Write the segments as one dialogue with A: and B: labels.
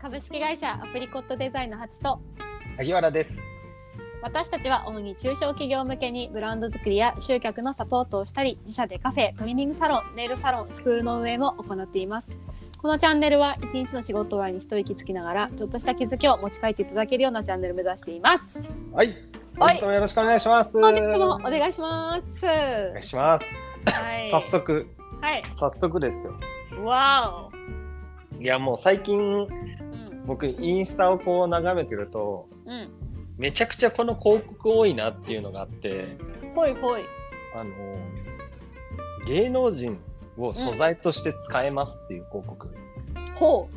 A: 株式会社アプリコットデザインのハチと
B: 萩原です。
A: 私たちは主に中小企業向けにブランド作りや集客のサポートをしたり自社でカフェトリミングサロンネイルサロンスクールの運営も行っていますこのチャンネルは一日の仕事終わりに一息つきながらちょっとした気づきを持ち帰っていただけるようなチャンネルを目指しています
B: はい。
A: はい
B: 本日もよろしくお願いします。
A: 本日もお願いします
B: お願いします。
A: はい
B: 早速、
A: はい
B: 早速ですよ。
A: わ
B: いや、もう最近、
A: おうん
B: 僕、インスタをこう眺めてると、
A: うん
B: めちゃくちゃこの広告多いなっていうのがあって、
A: ぽいぽい
B: あの、芸能人を素材として使えますっていう広告、
A: ほ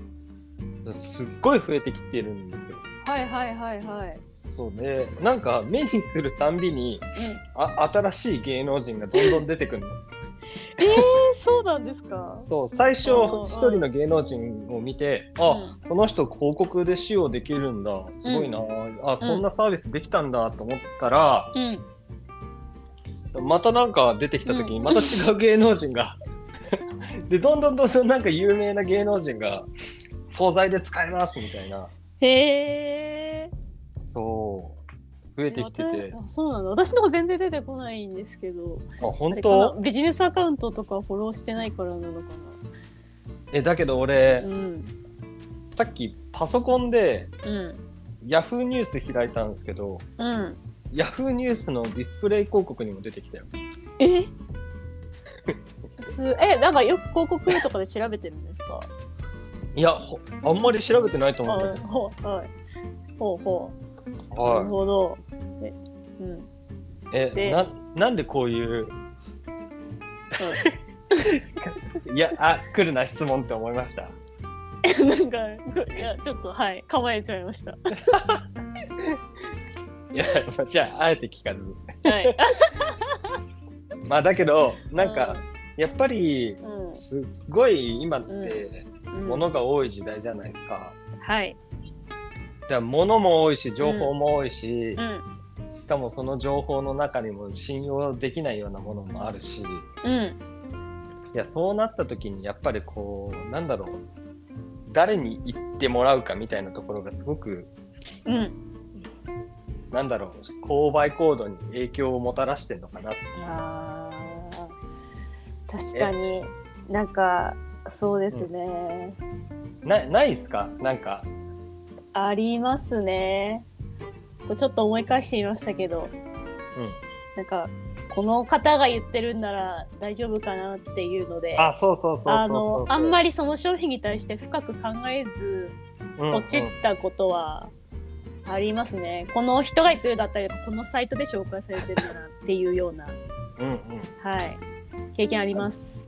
B: すっごい増えてきてるんですよ。
A: うはいはいはいはい
B: そうね、なんか目にするたんびに
A: うん
B: あ新しい芸能人がどんどん出てくるの
A: えー、そうなんですか。
B: そう最初
A: うんうんうん
B: 一人の芸能人を見て、あこの人広告で使用できるんだすごいな、あこんなサービスできたんだと思ったら、
A: うん、うん、
B: またなんか出てきた時にまた違う芸能人が でどんどんどんどんなんか有名な芸能人が惣菜で使えますみたいな
A: へえ。
B: そう増えてきてて
A: またあそうなんだ。私のとこ全然出てこないんですけど。
B: あ本
A: あれか
B: 当
A: なビジネスアカウントとかフォローしてないからなのか
B: えだけど
A: な。
B: 俺、
A: うん、
B: さっきパソコンで
A: うん、
B: ヤフーニュース開いたんですけど
A: うん。
B: ヤフーニュースのディスプレイ広告にも出てきたよ
A: え？ すえ、なんかよく広告とかで調べてるんですか。
B: いや、ほあんまり調べてないと思うんだ
A: はい、
B: け
A: ほう、はい。ほうほう。
B: ど。
A: なる
B: は
A: ほど。え、うん。
B: い。え、
A: で
B: な、なんでこういう、いや、あ、来るな質問って思いました。
A: うんなんかいやちょっとはい構えちゃいました。
B: いや、まあじゃあ、あえて聞かず。
A: はい。
B: まあ、だけど、なんか、やっぱり、
A: うん。
B: すっごい今って、
A: うん
B: 物が多い時代じゃないですか。
A: はい。
B: だから物も多いし、情報も多いし
A: う、ん。
B: しかもその情報の中にも信用できないようなものもあるし、
A: うん。
B: いや、そうなった時に、やっぱりこう、なんだろう、誰に言ってもらうかみたいなところがすごく
A: うん。
B: なんだろう購買行動に影響をもたらしてるのかなって
A: あー確かに、なんか、そうですね。
B: なないですかなんか
A: ありますね。こうちょっと思い返してみましたけど、なんか、この方が言ってるんなら大丈夫かなっていうので、
B: あそうそうそうそう
A: あの、あんま
B: り
A: りその商品に対して深く考えず、ポ
B: 落
A: チったことはありますね。この人が言ってるだったり、このサイトで紹介されてるんだなっていうような。
B: うんうん、
A: はい。経験あります。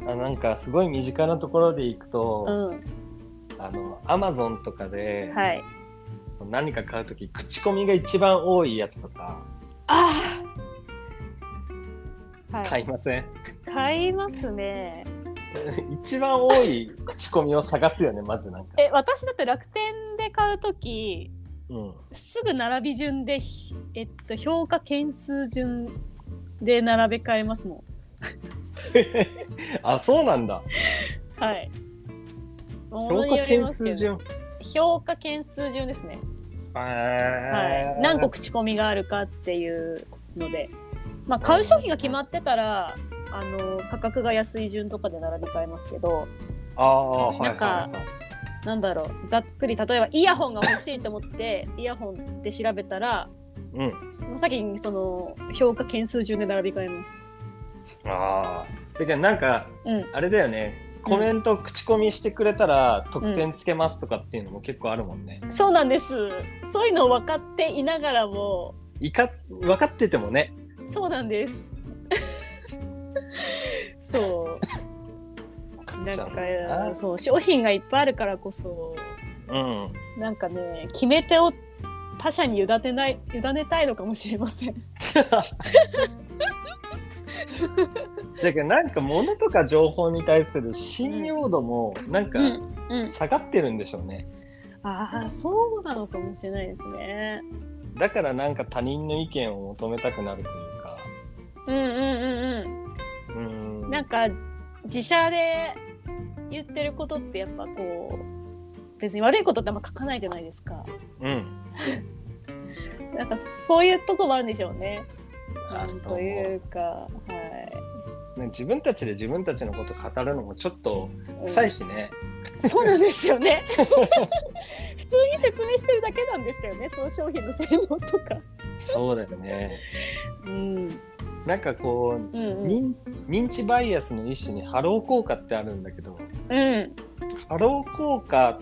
B: うん、あなんかすごい身近なところでいく
A: う
B: と、
A: ん。
B: あのアマゾンとかで
A: はい。
B: 何か買う時口コミが一番多いやつとか
A: ああ。は
B: 買
A: い。
B: いません、
A: 買いますね。
B: 一番多い口コミを探すよねまずなんか、
A: え、私だって楽天で買うとき、
B: うん、
A: すぐ並び順でひ、えっと、評価件数順で並べ替えますも
B: あそうなんだ
A: ん。はい。
B: 評
A: 評
B: 価件数順
A: 評価件数順ですね。は。
B: はい
A: 何個口コミがあるかっていうので。まあ、買う商品が決まってたら、あの、価格が安い順とかで並び替えますけど、
B: ああはいはい、はい、
A: なんかなんだろうざっくり例えばイヤホンが欲しいと思って イヤホンで調べたら
B: うん
A: もう先にその評価件数順で並び替えます。
B: ああ。だけどなんか、
A: うん
B: あれだよね。コメント、口コミしてくれたら得点つけますとかっていうのも結構あるもんね。
A: そうなんですそういうのを分かっていながらも
B: いか、分かっててもね。
A: そうなんです そう
B: っ
A: なん
B: ちゃう
A: か
B: な
A: そう商品がいっぱいあるからこそ
B: うん。
A: なんかね決め手を他者に委ねない委ねたいのかもしれません
B: だけどなんか物とか情報に対する信用度もなんか
A: うん
B: 下がってるんでしょうね。
A: ああそうなのかもしれないですね
B: だからなんか他人の意見を求めたくなるというか。
A: うんうんうんうん
B: うん。
A: なんか自社で言ってることってやっぱこ別に悪いことってあんま書かないじゃないですか
B: うん。
A: なんかそういうとこもあるんでしょうねな
B: あ
A: ん
B: ると
A: と
B: 思う
A: いうかはい
B: ね自分たちで自分たちのこと語るのもちょっと
A: うん
B: 臭いしね。
A: そうなんですよね普通に説明してるだけなんですけどねその商品の性能とか
B: そうだよね。
A: うん
B: なんか
A: う
B: こう、
A: んうん
B: 認認知バイアスの一種にハロー効果ってあるんだけど、
A: うん
B: ハロー効果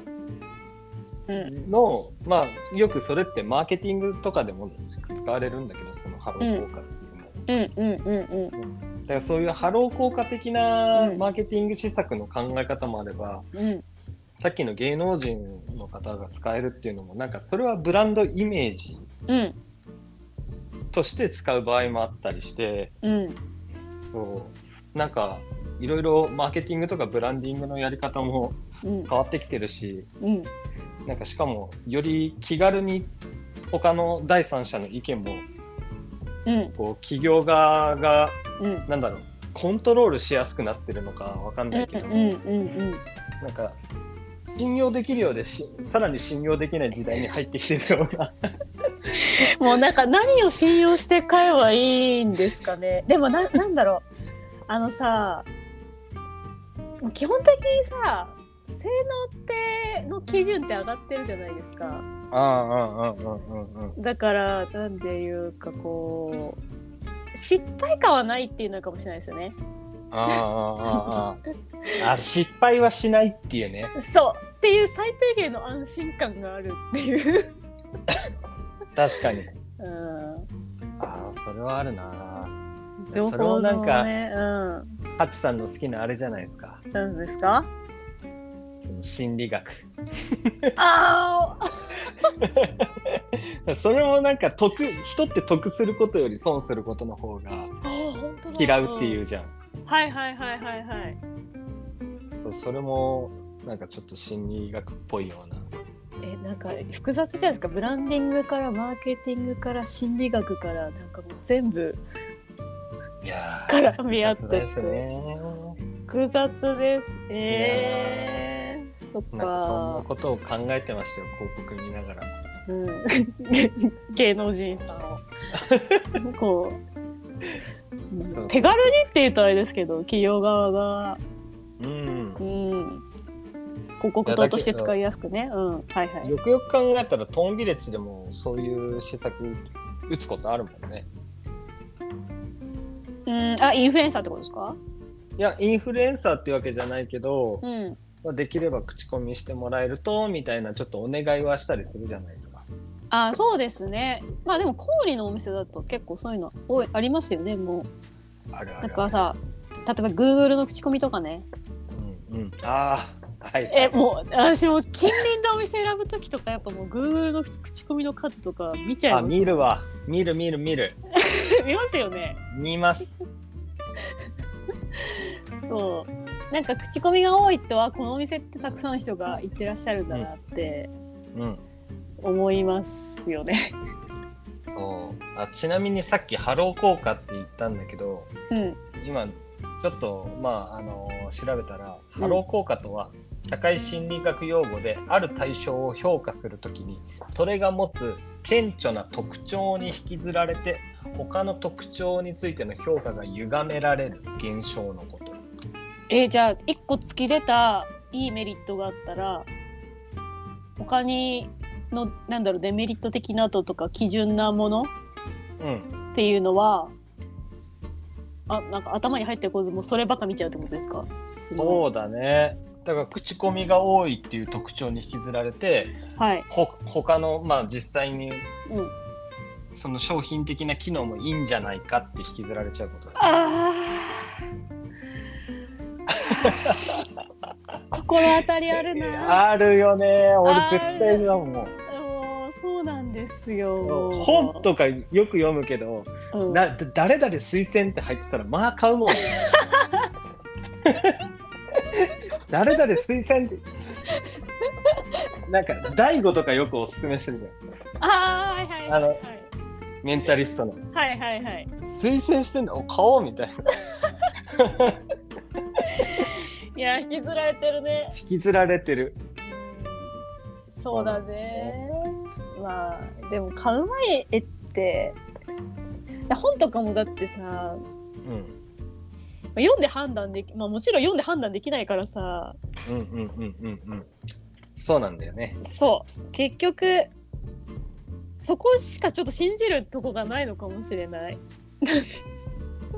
A: うん
B: の、まあ、よくそれってマーケティングとかでも使われるんだけど、そのハロー効果っていうの。
A: うんうんうん
B: だからそういうハロー効果的な
A: うん
B: マーケティング施策の考え方もあれば、
A: うん
B: さっきの芸能人の方が使えるっていうのもなんかそれはブランドイメージ
A: うん
B: として使う場合もあったりして
A: うん
B: そうなんかいろいろマーケティングとかブランディングのやり方も
A: うん
B: 変わってきてるし
A: うん
B: なんかしかもより気軽に他の第三者の意見も
A: うん
B: こう企業側が
A: うん
B: なんだろうコントロールしやすくなってるのかわかんないけど、
A: うんうんうん
B: なんか信用できるようでしさらに信用できない時代に入ってきてるような
A: もうなんか何を信用して買えばいいんですかねでも ななんだろうあのさもう基本的にさ性能っての基準って上がってるじゃないですか
B: ああうんうんうんうん
A: だからなんていうかこう失敗感はないっていうのかもしれないですよね
B: あああああ失敗はしないっていうね
A: そうっていう最低限の安心感があるっていう、
B: 確かに
A: う、
B: ああそれはあるなんそ
A: 情
B: れも
A: 報
B: な
A: の
B: んか
A: ねうん
B: ハチさんの好きなあれじゃないですか
A: なんです か
B: その心理学
A: あー
B: それもなんか得人って得することより損することの方が
A: あー本当だ
B: 嫌うっていううじゃん
A: んはいはいはいはいはい
B: そうそれもなんかちょっと心理学っぽいような
A: えなんか複雑じゃないですかブランディングからマーケティングから心理学からなんかもう全部
B: いや ー
A: 絡み合って
B: 雑
A: て
B: ですね
A: 複雑ですえー、そっ
B: なんかそんな
A: か
B: ことを考えてましたよ広告見ながら
A: うん芸能人さんを こううん
B: そうそう
A: 手軽にって言うとあれですけど企業側が、
B: うん
A: うん、広告
B: い
A: 塔
B: やだけど
A: として使いやすくね、うん、はいはい
B: よくよく考えたらトンビレッジでもそういう施策打つことあるもんね
A: うん、あインフルエンサーってことですか、
B: いやインフルエンサーってわけじゃないけど
A: う、ん、
B: まあできれば口コミしてもらえるとみたいなちょっとお願いはしたりするじゃないですか
A: あそうですねまあでも氷のお店だと結構そういうの多いありますよねも
B: ある
A: うなんかさ例えば Google の口コミとかね
B: うんうんああはい
A: えもう私も近隣のお店選ぶ時とかやっぱもう Google の口コミの数とか見ちゃいま
B: あ
A: す
B: 見るわ見る見る見る
A: 見ますよね
B: 見ます
A: そうなんか口コミが多いってはこのお店ってたくさんの人が行ってらっしゃるんだなって
B: うん
A: 思いますよね。
B: そうあちなみにさっきハロー効果って言ったんだけど
A: うん、
B: 今ちょっとまああの調べたら、
A: うん
B: ハロー効果とは社会心理学用語である対象を評価するときにそれが持つ顕著な特徴に引きずられて他の特徴についての評価が歪められる現象のこと
A: えーじゃあ1個突き出たいいメリットがあったら他にのなんだろうデメリット的などとか基準なもの
B: うん
A: っていうのはあなんか頭に入ってこずもうそればっか見ちゃうってことですかその
B: そうだねだから口コミが多いっていう特徴に引きずられて
A: はい、
B: ほ他のまあ実際に
A: うん、
B: その商品的な機能もいいんじゃないかって引きずられちゃうことだ
A: ああ心当たりあるな
B: あるよね俺
A: ある
B: 絶対だもん
A: もうそうなんですよ
B: 本とかよく読むけど、
A: うん
B: なだ誰々推薦って入ってたらまあ買うもん 誰々推薦ってなんか大悟とかよくおすすめしてるじ
A: あーはいはい
B: あの
A: はい
B: ゃんメンタリストの
A: はいはいはい
B: 推薦してんだお買おうみたいない
A: や引きずられてるね
B: 引きずられてる
A: そうだね。まあでも買う前絵っていや本とかもだってさ、ま
B: うん
A: あ読んで判断でき、まあ、もちろん読んで判断できないからさ
B: うんうんうんうんうんそうなんだよね
A: そう結局そこしかちょっと信じるとこがないのかもしれない。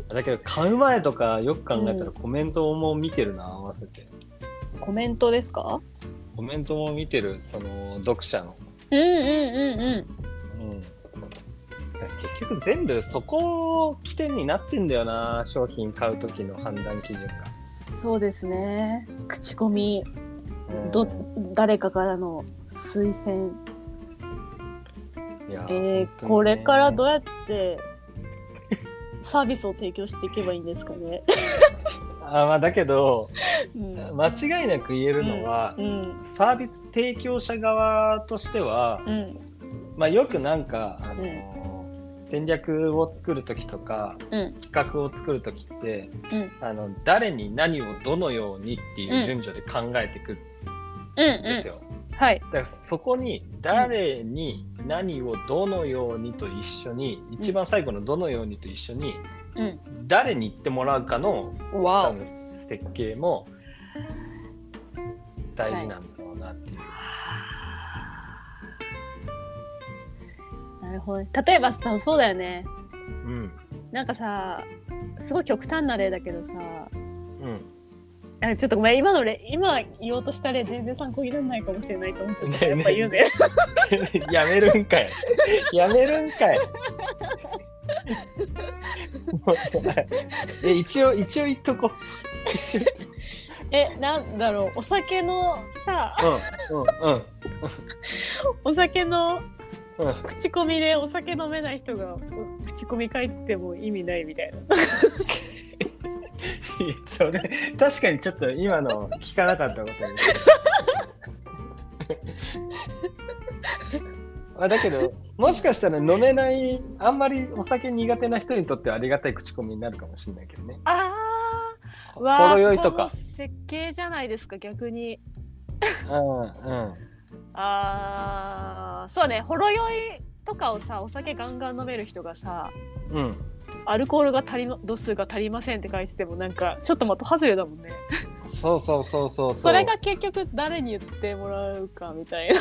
B: だけど買う前とかよく考えたらコメントも見てるな合わせて
A: コメントですか
B: コメントも見てるその読者の
A: うんうんうんうん。
B: うん結局全部そこを起点になってんだよな商品買う時の判断基準が、
A: そうですね口コミ
B: うん
A: ど誰かからの推薦
B: いや
A: えー、これからどうやってサービスを提供していけばいいんですか ね。
B: あ、まあ、だけど
A: うん、
B: 間違いなく言えるのは、
A: うん、
B: サービス提供者側としては、
A: うん、
B: まあ、よくなんか、あの戦略を作る時とか
A: うん、
B: 企画を作る時って、
A: うん
B: あの誰に何をどのようにっていう順序で考えていくん
A: うん、
B: ですよ。
A: はい。
B: だからそこに誰に何をどのようにと一緒に、一番最後のどのようにと一緒に
A: うん、
B: 誰に言ってもらうかの多
A: わお。
B: 分設計も大事なんだろうなっていう。
A: なるほどね。例えばさ、そうだよね。
B: うん
A: なんかさ、すごい極端な例だけどさ、
B: うん
A: あちょっとごめん、今の例、今言おうとした例全然参考にならないかもしれないと思っちゃった。
B: ね
A: やっぱ言うね。
B: やめるんかい。やめるんかい。もうえ一応一応言っとこう。一応
A: え、なんだろう、お酒のさ、
B: うん
A: お酒の
B: うんうん。
A: 口コミでお酒飲めない人が口コミ書いてても意味ないみたいな。
B: いやそれ確かにちょっと今の聞かなかったことにあだけどもしかしたら飲めないあんまりお酒苦手な人にとってはありがたい口コミになるかもしれないけどね
A: ああ、
B: ほろ酔いとか
A: そこも設計じゃないですか、逆に。
B: うんうん
A: ああ、そうね、ほろ酔いとかをさ、お酒ガンガン飲める人がさ、
B: うん
A: アルコールが足りま度数が足りませんって書いてても、なんかちょっと的外れだもんね。
B: そうそうそうそう
A: それが結局誰に言ってもらうかみたいなと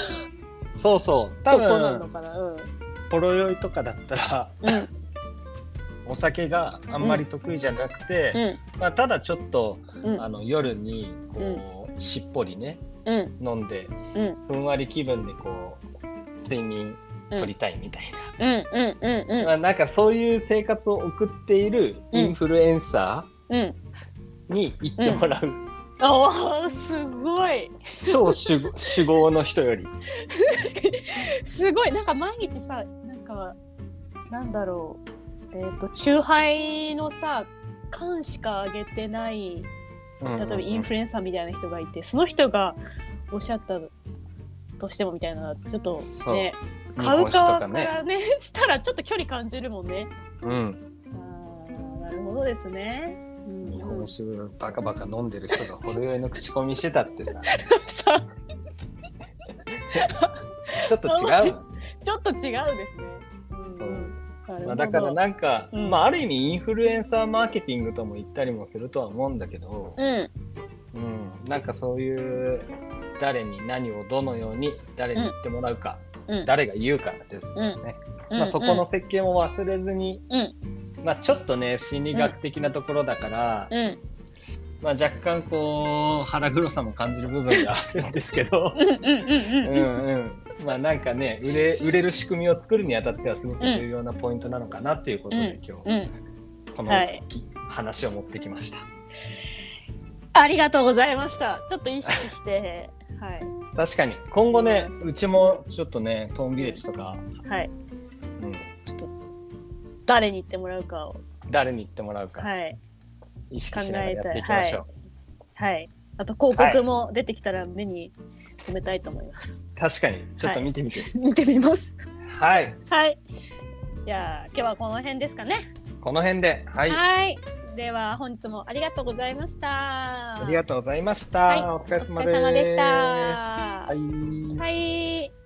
B: そうそう多
A: こなの
B: 分
A: かな。うん。
B: ほろ酔いとかだっ たら
A: うん。
B: お酒があんまり得意じゃなくて、
A: うん。
B: まあ、ただちょっと
A: うん
B: あ。の夜にこう、しっぽりね
A: うん。
B: 飲んで
A: うん。
B: ふんわり気分でこう睡眠取りたいみたい
A: うん。うん。うん。
B: な、まあ、なんかそういう生活を送っているインフルエンサ
A: うん。うん。
B: ーに行ってもらう、
A: ああ、すごい。
B: 超 主語主語の人より
A: 確かに すごいなんか毎日さなんかなんだろうえっ、と酎ハイのさ缶しかあげてない
B: 例
A: 例えばインフルエンサーみたいな人がいてその人がおっしゃったとしてもみたいなちょっと
B: そう
A: ね
B: 日
A: 買
B: 本
A: う
B: 酒と
A: 側
B: か
A: か
B: ね
A: らねしたらちょっと距離感じるもんね。
B: うん、
A: あーなるほどですね。うん
B: 日
A: うん
B: 本、酒バカバカ飲んでる人がほろ酔いの口コミしてたっ てさ
A: さ
B: ちょっと違う、
A: ちょっと違うですね。うん
B: そう
A: なるほ
B: ま
A: ど
B: あ、だからなんか、
A: うん
B: まあ、ある意味インフルエンサーマーケティングとも言ったりもするとは思うんだけど、
A: うん
B: うん、なんかそういう誰に何をどのように誰に言ってもらうか、
A: うん
B: 誰が言うかですよね、
A: うん
B: まあ、そこの設計も忘れずに、
A: うん
B: まあ、ちょっとね心理学的なところだから、
A: うん
B: まあ、若干こう腹黒さも感じる部分があるんですけど
A: うんうんうん
B: う
A: うんんうん
B: うんまあなんかね売れ売れる仕組みを作るにあたってはすごく重要なポイントなのかなっていうことで今日、
A: うん
B: この
A: はい
B: 話を持ってきました。
A: ありがとうございました。ちょっと意識して、はい、
B: 確かに今後ねうちもちょっとねトーンビレッジとか、
A: はい、
B: うん、
A: 誰に言ってもらうかを、
B: 誰に言ってもらうか
A: はい、
B: 意識しながらやっていきましょう、
A: はい。あと広告も出てきたら目に留めたいと思います。
B: 確かにちょっと見てみて
A: 見てみます。
B: はい、
A: はい。じゃあ今日はこの辺ですかね。
B: この辺ではい、
A: はい。では本日もありがとうございました。
B: ありがとうございました。
A: はい
B: お疲れ
A: お疲
B: 様です。
A: れ様でした。
B: はい。
A: はい